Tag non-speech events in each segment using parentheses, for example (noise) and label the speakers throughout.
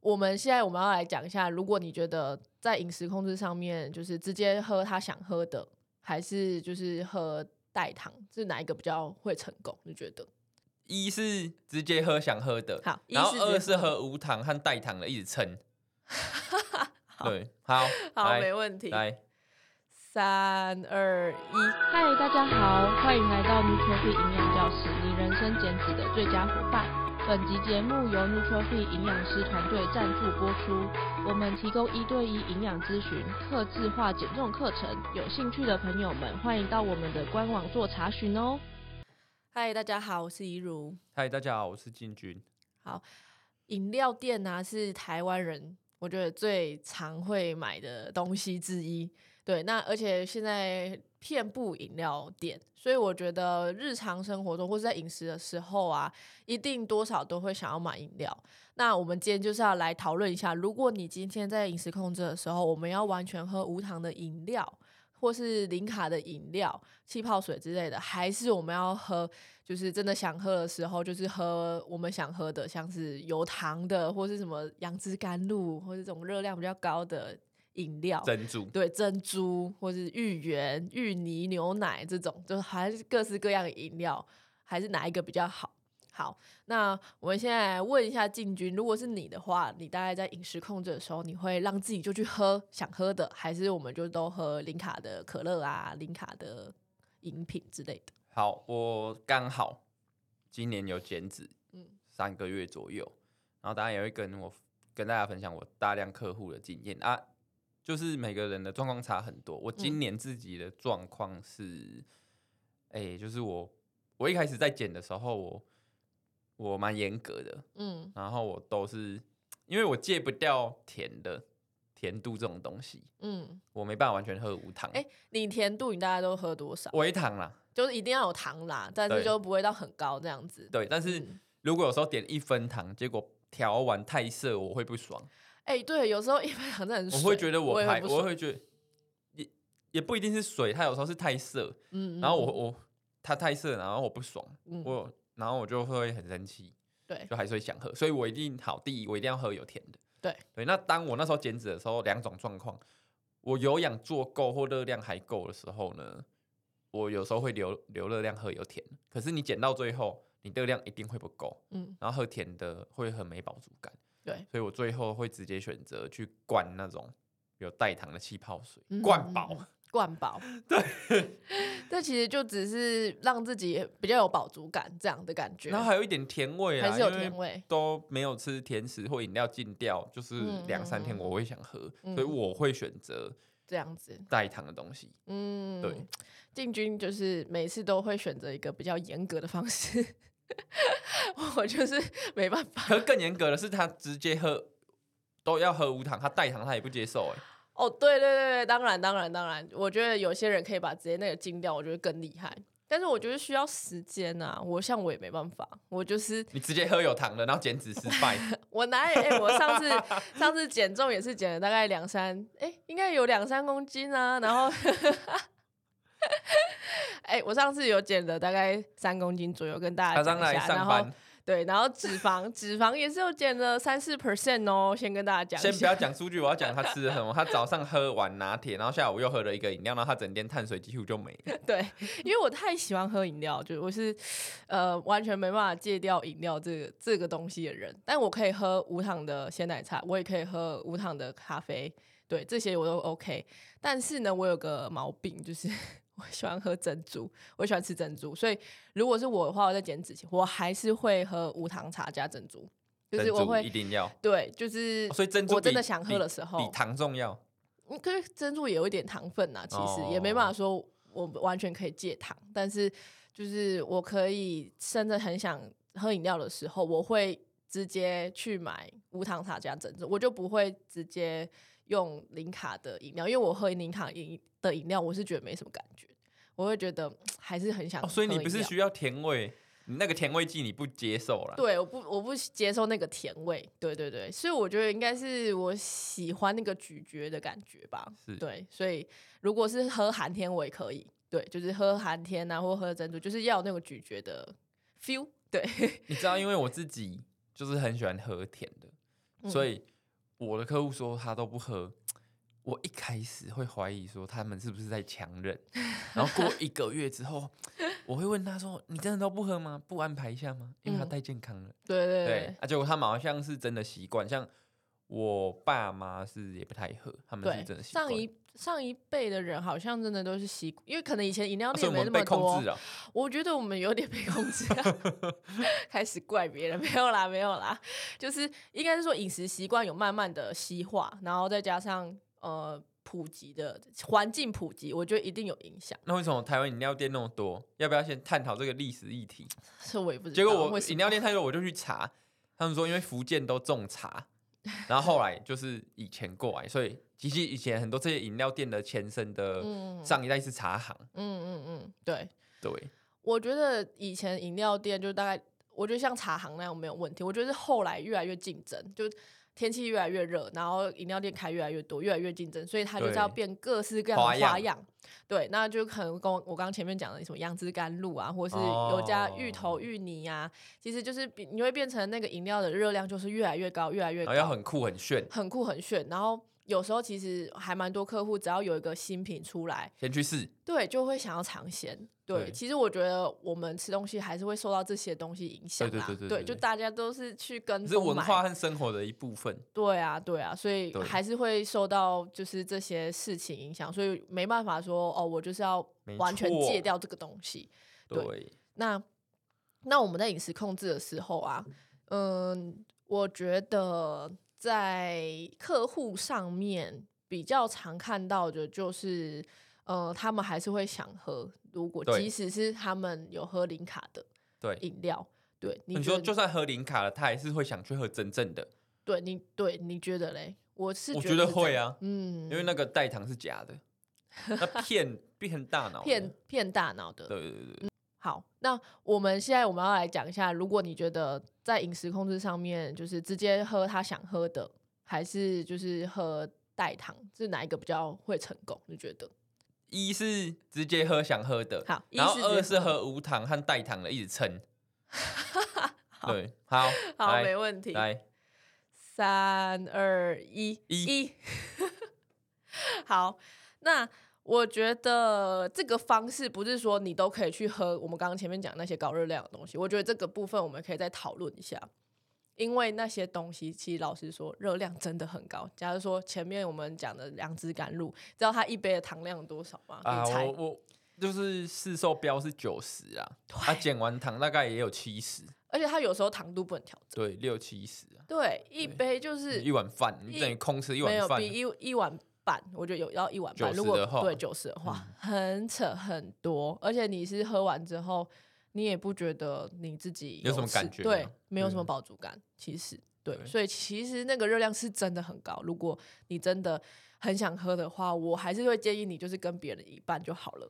Speaker 1: 我们现在我们要来讲一下，如果你觉得在饮食控制上面，就是直接喝他想喝的，还是就是喝代糖，是哪一个比较会成功？你觉得？
Speaker 2: 一是直接喝想喝的，
Speaker 1: 好
Speaker 2: 然后
Speaker 1: 一是直接
Speaker 2: 二是
Speaker 1: 喝
Speaker 2: 喝无糖和代糖的，一直
Speaker 1: (laughs)
Speaker 2: 撑。对，好，
Speaker 1: 好，
Speaker 2: 来
Speaker 1: 没问题。
Speaker 2: 来，
Speaker 1: 三二一，
Speaker 3: 嗨，大家好，欢迎来到 Nutrofy 营养教室，你人生减脂的最佳伙伴。本集节目由 Nutrofy 营养师团队赞助播出，我们提供一对一营养咨询、客制化减重课程，有兴趣的朋友们欢迎到我们的官网做查询哦。
Speaker 1: 嗨，大家好，我是怡如。
Speaker 2: 嗨，大家好，我是进军。
Speaker 1: 饮料店呢、是台湾人我觉得最常会买的东西之一。对，那而且现在遍布饮料店，所以我觉得日常生活中或是在饮食的时候啊，一定多少都会想要买饮料。那我们今天就是要来讨论一下，如果你今天在饮食控制的时候，我们要完全喝无糖的饮料，或是零卡的饮料、气泡水之类的，还是我们要喝，就是真的想喝的时候，就是喝我们想喝的，像是有糖的，或是什么杨枝甘露，或是这种热量比较高的饮料。
Speaker 2: 珍珠，
Speaker 1: 对珍珠或是芋圆、芋泥、牛奶这种，就还是各式各样的饮料，还是哪一个比较好？好，那我们现在来问一下进军，如果是你的话，你大概在饮食控制的时候，你会让自己就去喝想喝的，还是我们就都喝零卡的可乐啊、零卡的饮品之类的？
Speaker 2: 好，我刚好今年有减脂，
Speaker 1: 嗯
Speaker 2: 三个月左右，然后当然也会跟我跟大家分享我大量客户的经验啊，就是每个人的状况差很多。我今
Speaker 1: 嗯
Speaker 2: 年自己的状况是，哎、就是我我一开始在减的时候，我我蛮严格的，
Speaker 1: 嗯
Speaker 2: 然后我都是因为我戒不掉甜的甜度这种东西，
Speaker 1: 嗯，
Speaker 2: 我没办法完全喝无糖，
Speaker 1: 哎、你甜度你大概都喝多少？
Speaker 2: 微糖啦，
Speaker 1: 就是一定要有糖啦，但是
Speaker 2: 对
Speaker 1: 就不会到很高这样子。
Speaker 2: 对，但是
Speaker 1: 嗯
Speaker 2: 如果有时候点一分糖，结果调完太涩，我会不爽，
Speaker 1: 哎、对，有时候一般糖真的很
Speaker 2: 我
Speaker 1: 水，
Speaker 2: 会觉得我
Speaker 1: 也
Speaker 2: 排，
Speaker 1: 不
Speaker 2: 我
Speaker 1: 爽
Speaker 2: 会觉得也也不一定是水，它有时候是太涩，
Speaker 1: 嗯，
Speaker 2: 然后
Speaker 1: 嗯
Speaker 2: 我我它太涩，然后我不爽，
Speaker 1: 嗯
Speaker 2: 我然后我就会很生气，
Speaker 1: 对
Speaker 2: 就还是会想喝，所以我一定好第一，我一定要喝有甜的。
Speaker 1: 对
Speaker 2: 对，那当我那时候减脂的时候，两种状况，我有氧做够或热量还够的时候呢，我有时候会留留热量喝有甜的，可是你减到最后，你热量一定会不够，
Speaker 1: 嗯
Speaker 2: 然后喝甜的会很没饱足感，
Speaker 1: 对，
Speaker 2: 所以我最后会直接选择去灌那种有代糖的气泡水，
Speaker 1: 嗯
Speaker 2: 灌饱。
Speaker 1: 灌饱，对， (laughs) 但其实就只是让自己比较有饱足感这样的感觉，
Speaker 2: 然后还有一点甜味啊，
Speaker 1: 还是有
Speaker 2: 因为
Speaker 1: 甜味
Speaker 2: 都没有吃甜食或饮料禁掉，就是
Speaker 1: 嗯
Speaker 2: 两三天
Speaker 1: 嗯嗯
Speaker 2: 我会想喝，
Speaker 1: 嗯
Speaker 2: 所以我会选择
Speaker 1: 这样子，
Speaker 2: 代糖的东西。
Speaker 1: 嗯，
Speaker 2: 对，
Speaker 1: 进军就是每次都会选择一个比较严格的方式， (laughs) 我就是没办法。
Speaker 2: 可更严格的是，他直接喝都要喝无糖，他代糖他也不接受、欸。
Speaker 1: 哦，对对对对，当然当然当然，我觉得有些人可以把直接那个禁掉，我觉得更厉害。但是我觉得需要时间啊，我像我也没办法，我就是
Speaker 2: 你直接喝有糖的，然后减脂失
Speaker 1: (laughs)
Speaker 2: 败，
Speaker 1: 我哪里？哎、我上次上次减重也是减了大概两三，哎、应该有两三公斤啊。然后，哎、我上次有减了大概三公斤左右，跟大
Speaker 2: 他
Speaker 1: 家
Speaker 2: 上
Speaker 1: 讲
Speaker 2: 来
Speaker 1: 一下。然
Speaker 2: 上
Speaker 1: 后
Speaker 2: 班，
Speaker 1: 对，然后脂肪脂肪也是有减了三四 percent 哦，先跟大家讲
Speaker 2: 先
Speaker 1: 一
Speaker 2: 不要
Speaker 1: 下。
Speaker 2: 讲数据，我要讲他吃了什么。他早上喝完拿铁，然后下午又喝了一个饮料，然后他整天碳水几乎就没了。
Speaker 1: 对，因为我太喜欢喝饮料，就我是呃完全没办法戒掉饮料这个这个东西的人。但我可以喝无糖的鲜奶茶，我也可以喝无糖的咖啡，对这些我都 OK。但是呢，我有个毛病，就是 (laughs) 我喜欢喝珍珠，我喜欢吃珍珠，所以如果是我的话，我在减脂前，我还是会喝无糖茶加珍珠， (laughs) 就是
Speaker 2: 珍
Speaker 1: 我
Speaker 2: 珠
Speaker 1: 会
Speaker 2: 一定要，
Speaker 1: 对，就是、
Speaker 2: 所以珍珠
Speaker 1: 我真
Speaker 2: 比
Speaker 1: 的想喝
Speaker 2: 比
Speaker 1: 的时候
Speaker 2: 比糖重要。
Speaker 1: 嗯可是珍珠也有一点糖分呐、其实、也没办
Speaker 2: 哦
Speaker 1: 法说我完全可以戒糖，但是就是我可以甚至很想喝饮料的时候，我会直接去买无糖茶加珍珠，我就不会直接用零卡的饮料，因为我喝零卡饮的饮料，我是觉得没什么感觉，我会觉得嗯还是很想、
Speaker 2: 哦，所以你不是需要甜味，你那个甜味剂你不接受啦。
Speaker 1: 对，我不我不接受那个甜味，对对对，所以我觉得应该是我喜欢那个咀嚼的感觉吧
Speaker 2: 是，
Speaker 1: 对，所以如果是喝寒天我也可以，对，就是喝寒天啊，或喝珍珠，就是要有那个咀嚼的 feel，对， (laughs) 嗯
Speaker 2: 你知道，因为我自己就是很喜欢喝甜的，所以我的客户说他都不喝，我一开始会怀疑说他们是不是在强
Speaker 1: (laughs)
Speaker 2: 忍，然后过一个月之后，我会问他说：“你真的都不喝吗？不安排一下吗？”因为他
Speaker 1: 嗯
Speaker 2: 太健康了。
Speaker 1: 对对
Speaker 2: 对，啊，结果他们好像是真的习惯，像我爸妈是也不太喝，他们是
Speaker 1: 对
Speaker 2: 真的习惯。啊
Speaker 1: 上一上一辈的人好像真的都是习，因为可能以前饮料
Speaker 2: 啊所
Speaker 1: 店
Speaker 2: 以我
Speaker 1: 没
Speaker 2: 们
Speaker 1: 那
Speaker 2: 被
Speaker 1: 么多，
Speaker 2: 控制了，
Speaker 1: 我觉得我们有点被控制
Speaker 2: (laughs)
Speaker 1: 啊，开始怪别人，没有啦，没有啦，就是应该是说饮食习惯有慢慢的西化，然后再加上呃普及的环境普及，我觉得一定有影响。
Speaker 2: 那为什么台湾饮料店那么多？要不要先探讨这个历史议题？
Speaker 1: 这我也不知道。
Speaker 2: 结果我
Speaker 1: 为什么
Speaker 2: 饮料店太多，我就去查，他们说因为福建都种茶，然后后来就是以前过来，所以其实以前很多这些饮料店的前身的
Speaker 1: 嗯
Speaker 2: 上一代是茶行，
Speaker 1: 嗯嗯嗯，对，
Speaker 2: 对，
Speaker 1: 我觉得以前饮料店就大概，我觉得像茶行那样没有问题。我觉得是后来越来越竞争，就天气越来越热，然后饮料店开越来越多，越来越竞争，所以它就是
Speaker 2: 对
Speaker 1: 要变各式各样的
Speaker 2: 花
Speaker 1: 花
Speaker 2: 样
Speaker 1: 样。对，那就可能跟我我刚刚前面讲的什么杨枝甘露啊，或是有加芋头、
Speaker 2: 哦
Speaker 1: 芋泥啊，其实就是比你会变成那个饮料的热量就是越来越高，越来越
Speaker 2: 然
Speaker 1: 高，
Speaker 2: 后要很酷很炫，
Speaker 1: 很酷很炫。然后有时候其实还蛮多客户，只要有一个新品出来，
Speaker 2: 先去试，
Speaker 1: 对，就会想要尝鲜。对，
Speaker 2: 对
Speaker 1: 其实我觉得我们吃东西还是会受到这些东西影响
Speaker 2: 对
Speaker 1: 啦。
Speaker 2: 对对对对
Speaker 1: 就
Speaker 2: 对
Speaker 1: 大家都是去跟
Speaker 2: 是
Speaker 1: 风
Speaker 2: 文
Speaker 1: 买。
Speaker 2: 化和生活的一部分。
Speaker 1: 对啊，对啊，所以
Speaker 2: 对
Speaker 1: 还是会受到就是这些事情影响，所以没办法说哦，我就是要
Speaker 2: 没
Speaker 1: 完全
Speaker 2: 错
Speaker 1: 戒掉这个东西。对
Speaker 2: 对，
Speaker 1: 那那我们在饮食控制的时候啊，嗯，我觉得在客户上面比较常看到的就是，呃，他们还是会想喝，如果
Speaker 2: 对
Speaker 1: 即使是他们有喝零卡的
Speaker 2: 对
Speaker 1: 饮料，对，你
Speaker 2: 你
Speaker 1: 觉
Speaker 2: 说
Speaker 1: 得
Speaker 2: 就算喝零卡了，他还是会想去喝真正的，
Speaker 1: 对你对你觉得嘞？我是
Speaker 2: 我
Speaker 1: 觉
Speaker 2: 觉
Speaker 1: 得
Speaker 2: 得
Speaker 1: 是这
Speaker 2: 会
Speaker 1: 样
Speaker 2: 啊
Speaker 1: 嗯，
Speaker 2: 因为那个代糖是假的，那骗骗大脑的，
Speaker 1: 骗骗大脑的，
Speaker 2: 对对对对，
Speaker 1: 好，那我们现在我们要来讲一下，如果你觉得在饮食控制上面，就是直接喝他想喝的，还是就是喝代糖，是哪一个比较会成功？你觉得？
Speaker 2: 一是直接喝想喝的，
Speaker 1: 好一
Speaker 2: 然后
Speaker 1: 是直接
Speaker 2: 二是
Speaker 1: 喝
Speaker 2: 喝无糖和代糖的，一直撑。
Speaker 1: (laughs)
Speaker 2: 对，好，
Speaker 1: 好，
Speaker 2: 来
Speaker 1: 没问题。
Speaker 2: 来，
Speaker 1: 三二一，
Speaker 2: 一
Speaker 1: 一。 (laughs) 好，那我觉得这个方式不是说你都可以去喝我们刚刚前面讲那些高热量的东西，我觉得这个部分我们可以再讨论一下，因为那些东西其实老实说热量真的很高。假如说前面我们讲的杨枝甘露，知道它一杯的糖量有多少吗？
Speaker 2: 啊，
Speaker 1: 你猜？
Speaker 2: 我我就是市售标是九十啊，他减完糖大概也有七十，
Speaker 1: 而且它有时候糖度不能调整。
Speaker 2: 对，六七十啊，
Speaker 1: 对，一
Speaker 2: 对嗯
Speaker 1: 杯就是
Speaker 2: 一碗饭，你
Speaker 1: 一
Speaker 2: 等于空吃一
Speaker 1: 没有
Speaker 2: 碗饭
Speaker 1: 比，一一碗半，我觉得有要一碗半。
Speaker 2: 90
Speaker 1: 如果
Speaker 2: 的话嗯
Speaker 1: 对九十的话， (laughs) 很扯很多，而且你是喝完之后，你也不觉得你自己
Speaker 2: 有什么
Speaker 1: 吃
Speaker 2: 感觉
Speaker 1: 对
Speaker 2: 吗，
Speaker 1: 没有什么
Speaker 2: 嗯
Speaker 1: 饱足感，其实对，
Speaker 2: 对
Speaker 1: 所以其实那个热量是真的很高。如果你真的很想喝的话，我还是会建议你就是跟别人一半就好了。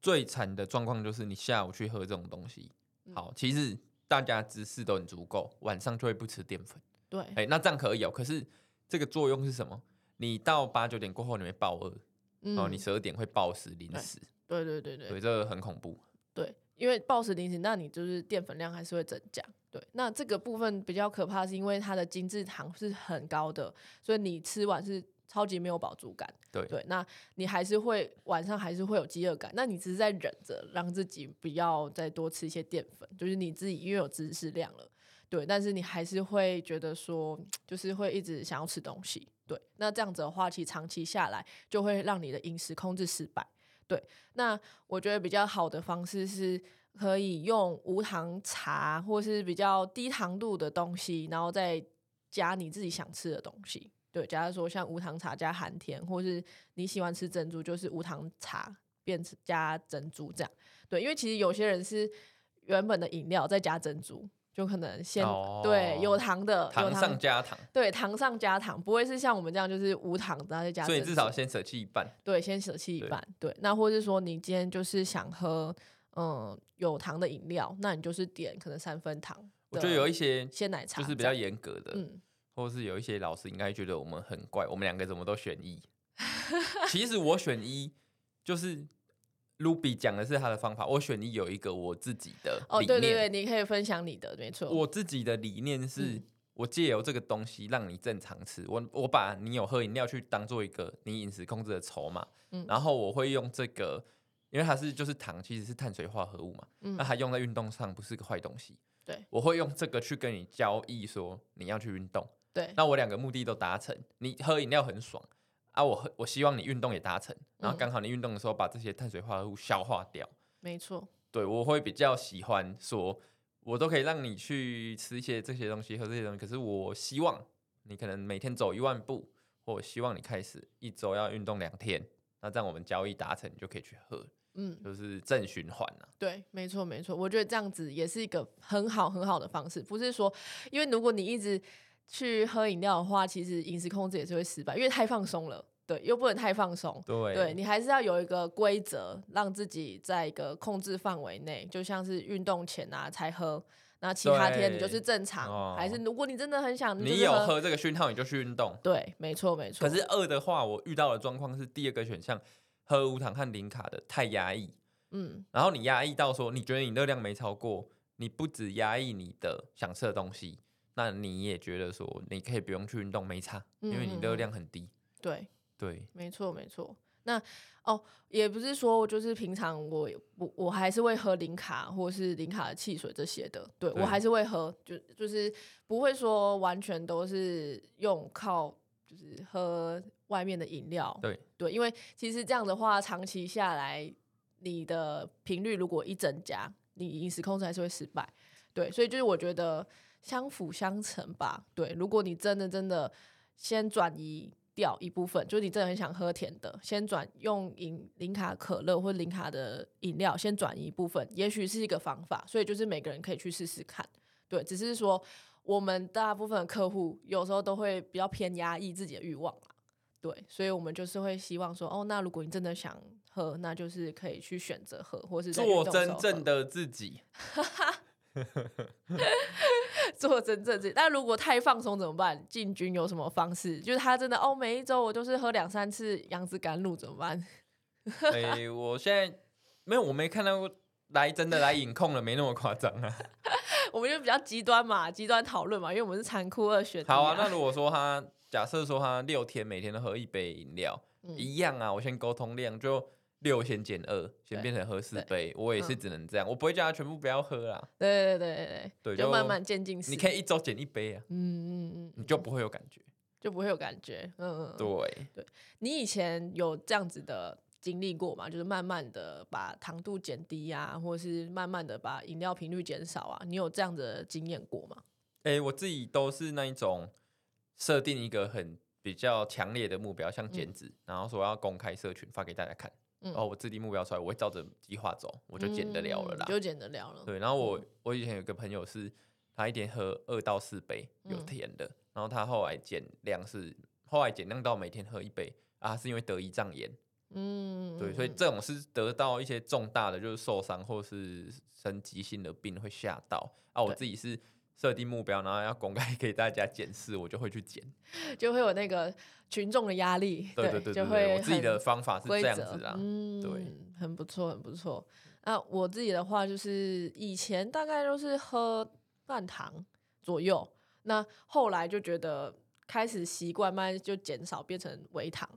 Speaker 2: 最惨的状况就是你下午去喝这种东西，
Speaker 1: 嗯
Speaker 2: 好，其实大家知识都很足够，晚上就会不吃淀粉。
Speaker 1: 对，
Speaker 2: 哎、那这样可以哦。可是这个作用是什么？你到八九点过后，你会暴饿，
Speaker 1: 嗯，
Speaker 2: 然哦后你十二点会暴食零
Speaker 1: 对
Speaker 2: 食，
Speaker 1: 对对对对
Speaker 2: 对，这个很恐怖。
Speaker 1: 对，因为暴食零食，那你就是淀粉量还是会增加。对，那这个部分比较可怕，是因为它的精制糖是很高的，所以你吃完是超级没有饱足感。
Speaker 2: 对
Speaker 1: 对，那你还是会晚上还是会有饥饿感，那你只是在忍着，让自己不要再多吃一些淀粉，就是你自己因为有知识量了。对，但是你还是会觉得说，就是会一直想要吃东西。对，那这样子的话，其实长期下来就会让你的饮食控制失败。对，那我觉得比较好的方式是可以用无糖茶或是比较低糖度的东西，然后再加你自己想吃的东西。对，假如说像无糖茶加寒甜，或是你喜欢吃珍珠，就是无糖茶变成加珍珠这样。对，因为其实有些人是原本的饮料再加珍珠，就可能先、对有
Speaker 2: 哦
Speaker 1: 糖的有
Speaker 2: 糖上
Speaker 1: 糖
Speaker 2: 加糖，
Speaker 1: 对糖上加糖，不会是像我们这样就是无糖然后再加
Speaker 2: 所
Speaker 1: 珍
Speaker 2: 以
Speaker 1: 珠。
Speaker 2: 至少先舍弃一半。
Speaker 1: 对，先舍弃一
Speaker 2: 对
Speaker 1: 半。对，那或是说你今天就是想喝嗯有糖的饮料，那你就是点可能三分糖。
Speaker 2: 我觉得有一些
Speaker 1: 鲜奶茶
Speaker 2: 就是
Speaker 1: 这
Speaker 2: 比较
Speaker 1: 样
Speaker 2: 严格的，
Speaker 1: 嗯，
Speaker 2: 或是有一些老师应该觉得我们很怪，我们两个怎么都选一。其实我选一就是 Ruby 讲的是他的方法，我选一有一个我自己的
Speaker 1: 哦，
Speaker 2: 理
Speaker 1: 对对
Speaker 2: 念
Speaker 1: 对，你可以分享你的，没错。
Speaker 2: 我自己的理念是，
Speaker 1: 嗯
Speaker 2: 我借由这个东西让你正常吃，我我把你有喝饮料去当做一个你饮食控制的筹码，
Speaker 1: 嗯
Speaker 2: 然后我会用这个，因为它是就是糖其实是碳水化合物嘛，
Speaker 1: 嗯
Speaker 2: 那它用在运动上不是个坏东西，
Speaker 1: 对
Speaker 2: 我会用这个去跟你交易说你要去运动，
Speaker 1: 对，
Speaker 2: 那我两个目的都达成，你喝饮料很爽啊，我喝我希望你运动也达成，然后
Speaker 1: 嗯
Speaker 2: 刚好你运动的时候把这些碳水化合物消化掉，
Speaker 1: 没错，
Speaker 2: 对我会比较喜欢说，我都可以让你去吃一些这些东西，喝这些东西。可是我希望你可能每天走一万步，或我希望你开始一周要运动两天，那这样我们交易达成，你就可以去喝，
Speaker 1: 嗯，
Speaker 2: 就是正循环啊。
Speaker 1: 对，没错，没错，我觉得这样子也是一个很好很好的方式，不是说，因为如果你一直去喝饮料的话，其实饮食控制也是会失败，因为太放松了，对，又不能太放松，
Speaker 2: 对
Speaker 1: 对你还是要有一个规则，让自己在一个控制范围内，就像是运动前啊才喝，那其他天你就是
Speaker 2: 对
Speaker 1: 正常，还是
Speaker 2: 哦
Speaker 1: 如果你真的很想，就
Speaker 2: 你
Speaker 1: 是
Speaker 2: 有喝这个讯号，你就去运动。
Speaker 1: 对，没错，没错，
Speaker 2: 可是二的话，我遇到的状况是第二个选项，喝无糖和零卡的太压抑，
Speaker 1: 嗯，
Speaker 2: 然后你压抑到说，你觉得你热量没超过，你不止压抑你的想吃的东西，那你也觉得说你可以不用去运动，没差，因为你
Speaker 1: 嗯嗯
Speaker 2: 热
Speaker 1: 嗯
Speaker 2: 量很低。
Speaker 1: 对。
Speaker 2: 对，
Speaker 1: 没错，没错。那哦，也不是说就是平常我我我还是会喝零卡或是零卡的汽水这些的，对
Speaker 2: 对
Speaker 1: 我还是会喝，就就是不会说完全都是用靠就是喝外面的饮料，
Speaker 2: 对
Speaker 1: 对，因为其实这样的话，长期下来你的频率如果一增加，你饮食控制还是会失败，对，所以就是我觉得相辅相成吧，对，如果你真的真的先转移掉一部分，就是你真的很想喝甜的，先转用饮零卡可乐或零卡的饮料，先转移一部分，也许是一个方法。所以就是每个人可以去试试看，对，只是说我们大部分的客户有时候都会比较偏压抑自己的欲望啦对，所以我们就是会希望说，哦，那如果你真的想喝，那就是可以去选择喝，或是在运
Speaker 2: 做
Speaker 1: 动的时
Speaker 2: 真
Speaker 1: 候
Speaker 2: 正
Speaker 1: 喝
Speaker 2: 的自己。
Speaker 1: 做真正自己。但如果太放松怎么办？进军有什么方式？就是他真的哦，每一周我都是喝两三次杨枝甘露怎么办？ (laughs)
Speaker 2: 哎、我现在没有，我没看到过来真的来饮控了，没那么夸张
Speaker 1: (laughs)
Speaker 2: 啊。
Speaker 1: 我们就比较极端嘛，极端讨论嘛，因为我们是残酷二选一、
Speaker 2: 好啊，那如果说他假设说他六天每天都喝一杯饮料，
Speaker 1: 嗯
Speaker 2: 一样啊，我先沟通量就。六先减二，
Speaker 1: 对
Speaker 2: 先变成喝四
Speaker 1: 对
Speaker 2: 杯，我也是
Speaker 1: 嗯
Speaker 2: 只能这样，我不会叫他全部不要喝啦。
Speaker 1: 对对对对
Speaker 2: 对
Speaker 1: 就
Speaker 2: 就
Speaker 1: 慢慢渐进式。
Speaker 2: 你可以一周减一杯啊，
Speaker 1: 嗯，嗯嗯
Speaker 2: 你
Speaker 1: 嗯，
Speaker 2: 就不会有感觉。
Speaker 1: 就不会有感觉。嗯嗯，嗯。
Speaker 2: 对，
Speaker 1: 你以前有这样子的经历过吗？就是慢慢的把糖度减低啊，或者是慢慢的把饮料频率减少啊，你有这样的经验过吗？
Speaker 2: 哎、我自己都是那一种设定一个很比较强烈的目标，像减脂，然后说要公开社群发给大家看。
Speaker 1: 嗯
Speaker 2: 哦，我制定目标出来，我会照着计划走，我
Speaker 1: 我
Speaker 2: 就减得了了啦。
Speaker 1: 嗯就减得了了。
Speaker 2: 对，然后我
Speaker 1: 嗯
Speaker 2: 我以前有个朋友是，他一天喝二到四杯有
Speaker 1: 嗯
Speaker 2: 甜的，然后他后来减量是后来减量到每天喝一杯啊，是因为得胰脏炎。
Speaker 1: 嗯，
Speaker 2: 对，所以
Speaker 1: 嗯
Speaker 2: 这种是得到一些重大的，就是受伤或是生急性的病会吓到啊。我
Speaker 1: 对
Speaker 2: 自己是设定目标，然后要公开给大家检视，我就会去检。
Speaker 1: 就会有那个群众的压力，
Speaker 2: 对对对
Speaker 1: 就
Speaker 2: 对
Speaker 1: 会
Speaker 2: 对，我自己的
Speaker 1: 很
Speaker 2: 方法是这
Speaker 1: 规
Speaker 2: 样
Speaker 1: 则
Speaker 2: 子啊。
Speaker 1: 嗯，
Speaker 2: 对，
Speaker 1: 很不错，很不错。那我自己的话，就是以前大概都是喝半糖左右，那后来就觉得开始习惯，慢慢就减少，变成微糖。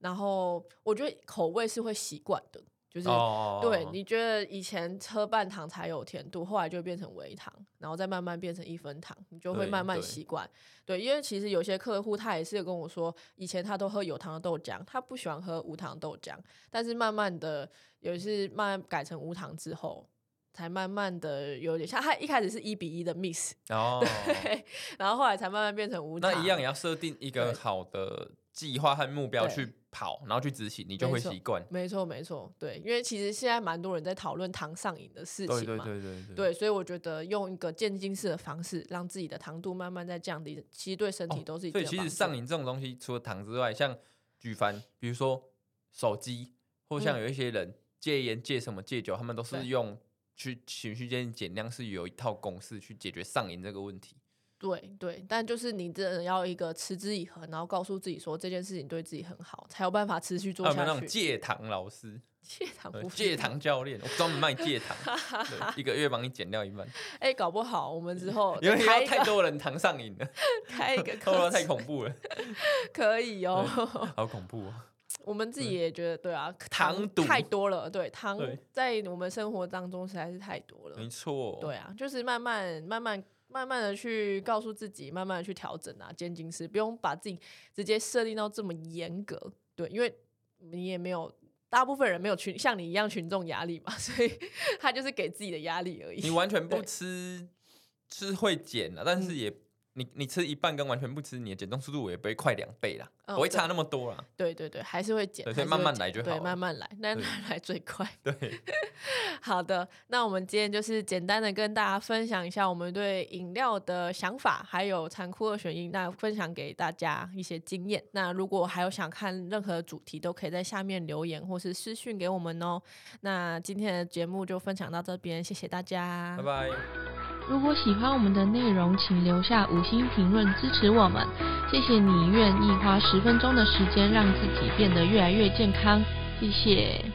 Speaker 1: 然后我觉得口味是会习惯的，就是
Speaker 2: 哦
Speaker 1: 对，你觉得以前喝半糖才有甜度，后来就变成微糖，然后再慢慢变成一分糖，你就会
Speaker 2: 对
Speaker 1: 慢慢
Speaker 2: 对
Speaker 1: 习惯。对，因为其实有些客户他也是有跟我说，以前他都喝有糖的豆浆，他不喜欢喝无糖豆浆，但是慢慢的也是慢慢改成无糖之后，才慢慢的有点像他一开始是一比一的 mix，
Speaker 2: 哦，
Speaker 1: 对，然后后来才慢慢变成无糖。
Speaker 2: (laughs) 那一样也要设定一个
Speaker 1: 对
Speaker 2: 好的计划和目标
Speaker 1: 对
Speaker 2: 去跑，然后去执行，你就
Speaker 1: 没
Speaker 2: 会
Speaker 1: 错
Speaker 2: 习惯。
Speaker 1: 没错，没错，对，因为其实现在蛮多人在讨论糖上瘾的事情嘛，
Speaker 2: 对对对对
Speaker 1: 对，所以我觉得用一个渐进式的方式，让自己的糖度慢慢在降低，其实对身体都是一
Speaker 2: 哦所
Speaker 1: 定
Speaker 2: 以
Speaker 1: 的
Speaker 2: 其
Speaker 1: 帮
Speaker 2: 实
Speaker 1: 助。
Speaker 2: 上瘾这种东西，除了糖之外，像举凡比如说手机，或像
Speaker 1: 嗯
Speaker 2: 有一些人戒烟、戒什么、戒酒，他们都
Speaker 1: 对
Speaker 2: 是用去循序渐进减量，是有一套公式去解决上瘾这个问题。
Speaker 1: 对对，但就是你真的要一个持之以恒，然后告诉自己说这件事情对自己很好，才有办法持续做
Speaker 2: 还啊有没有那
Speaker 1: 下
Speaker 2: 种
Speaker 1: 去。
Speaker 2: 戒糖老师、
Speaker 1: 戒糖
Speaker 2: 对
Speaker 1: 不
Speaker 2: 戒糖教练，我专门卖戒
Speaker 1: (laughs)
Speaker 2: 糖，对一个月帮你减掉一半，
Speaker 1: 哎、搞不好我
Speaker 2: (laughs)
Speaker 1: 们之后
Speaker 2: 因
Speaker 1: 再
Speaker 2: 为
Speaker 1: 开
Speaker 2: 要
Speaker 1: 一
Speaker 2: 太
Speaker 1: 个
Speaker 2: 多人糖上瘾
Speaker 1: (laughs)
Speaker 2: 了，
Speaker 1: 开一个
Speaker 2: 透露
Speaker 1: 课
Speaker 2: 太
Speaker 1: 程，
Speaker 2: 恐怖了， (laughs)
Speaker 1: (laughs) 可以哦。
Speaker 2: 好恐怖哦！
Speaker 1: (laughs) 我们自己也觉得对啊，
Speaker 2: 糖毒
Speaker 1: 太多了，对糖
Speaker 2: 对
Speaker 1: 在我们生活当中实在是太多了。
Speaker 2: 没错，哦
Speaker 1: 对啊，就是慢慢、慢慢、慢慢的去告诉自己，慢慢的去调整啊，渐进式，不用把自己直接设定到这么严格。对，因为你也没有，大部分人没有群像你一样群众压力嘛， (laughs) 所以他就是给自己的压力而 (laughs)
Speaker 2: 你
Speaker 1: 已。
Speaker 2: 完全不
Speaker 1: 对嗯
Speaker 2: 吃吃会减了，啊但是也。你你吃一半跟完全不吃，你的减重速度也不会快两倍啦，
Speaker 1: 嗯
Speaker 2: 不会
Speaker 1: 对
Speaker 2: 差那么多啦。
Speaker 1: 对对对，还是会减，
Speaker 2: 对
Speaker 1: 还
Speaker 2: 所以
Speaker 1: 是
Speaker 2: 慢
Speaker 1: 会
Speaker 2: 慢
Speaker 1: 减
Speaker 2: 来就好
Speaker 1: 对，
Speaker 2: 了
Speaker 1: 慢慢来，那
Speaker 2: 对
Speaker 1: 慢来最快。 (laughs)
Speaker 2: 对，
Speaker 1: 好的，那我们今天就是简单的跟大家分享一下我们对饮料的想法，还有残酷二选一，那分享给大家一些经验。那如果还有想看任何主题，都可以在下面留言或是私讯给我们哦。那今天的节目就分享到这边，谢谢大家，(laughs)
Speaker 2: 拜拜。
Speaker 1: 啊
Speaker 3: 如果喜欢我们的内容，请留下五星评论支持我们。谢谢你愿意花十分钟的时间让自己变得越来越健康，谢谢。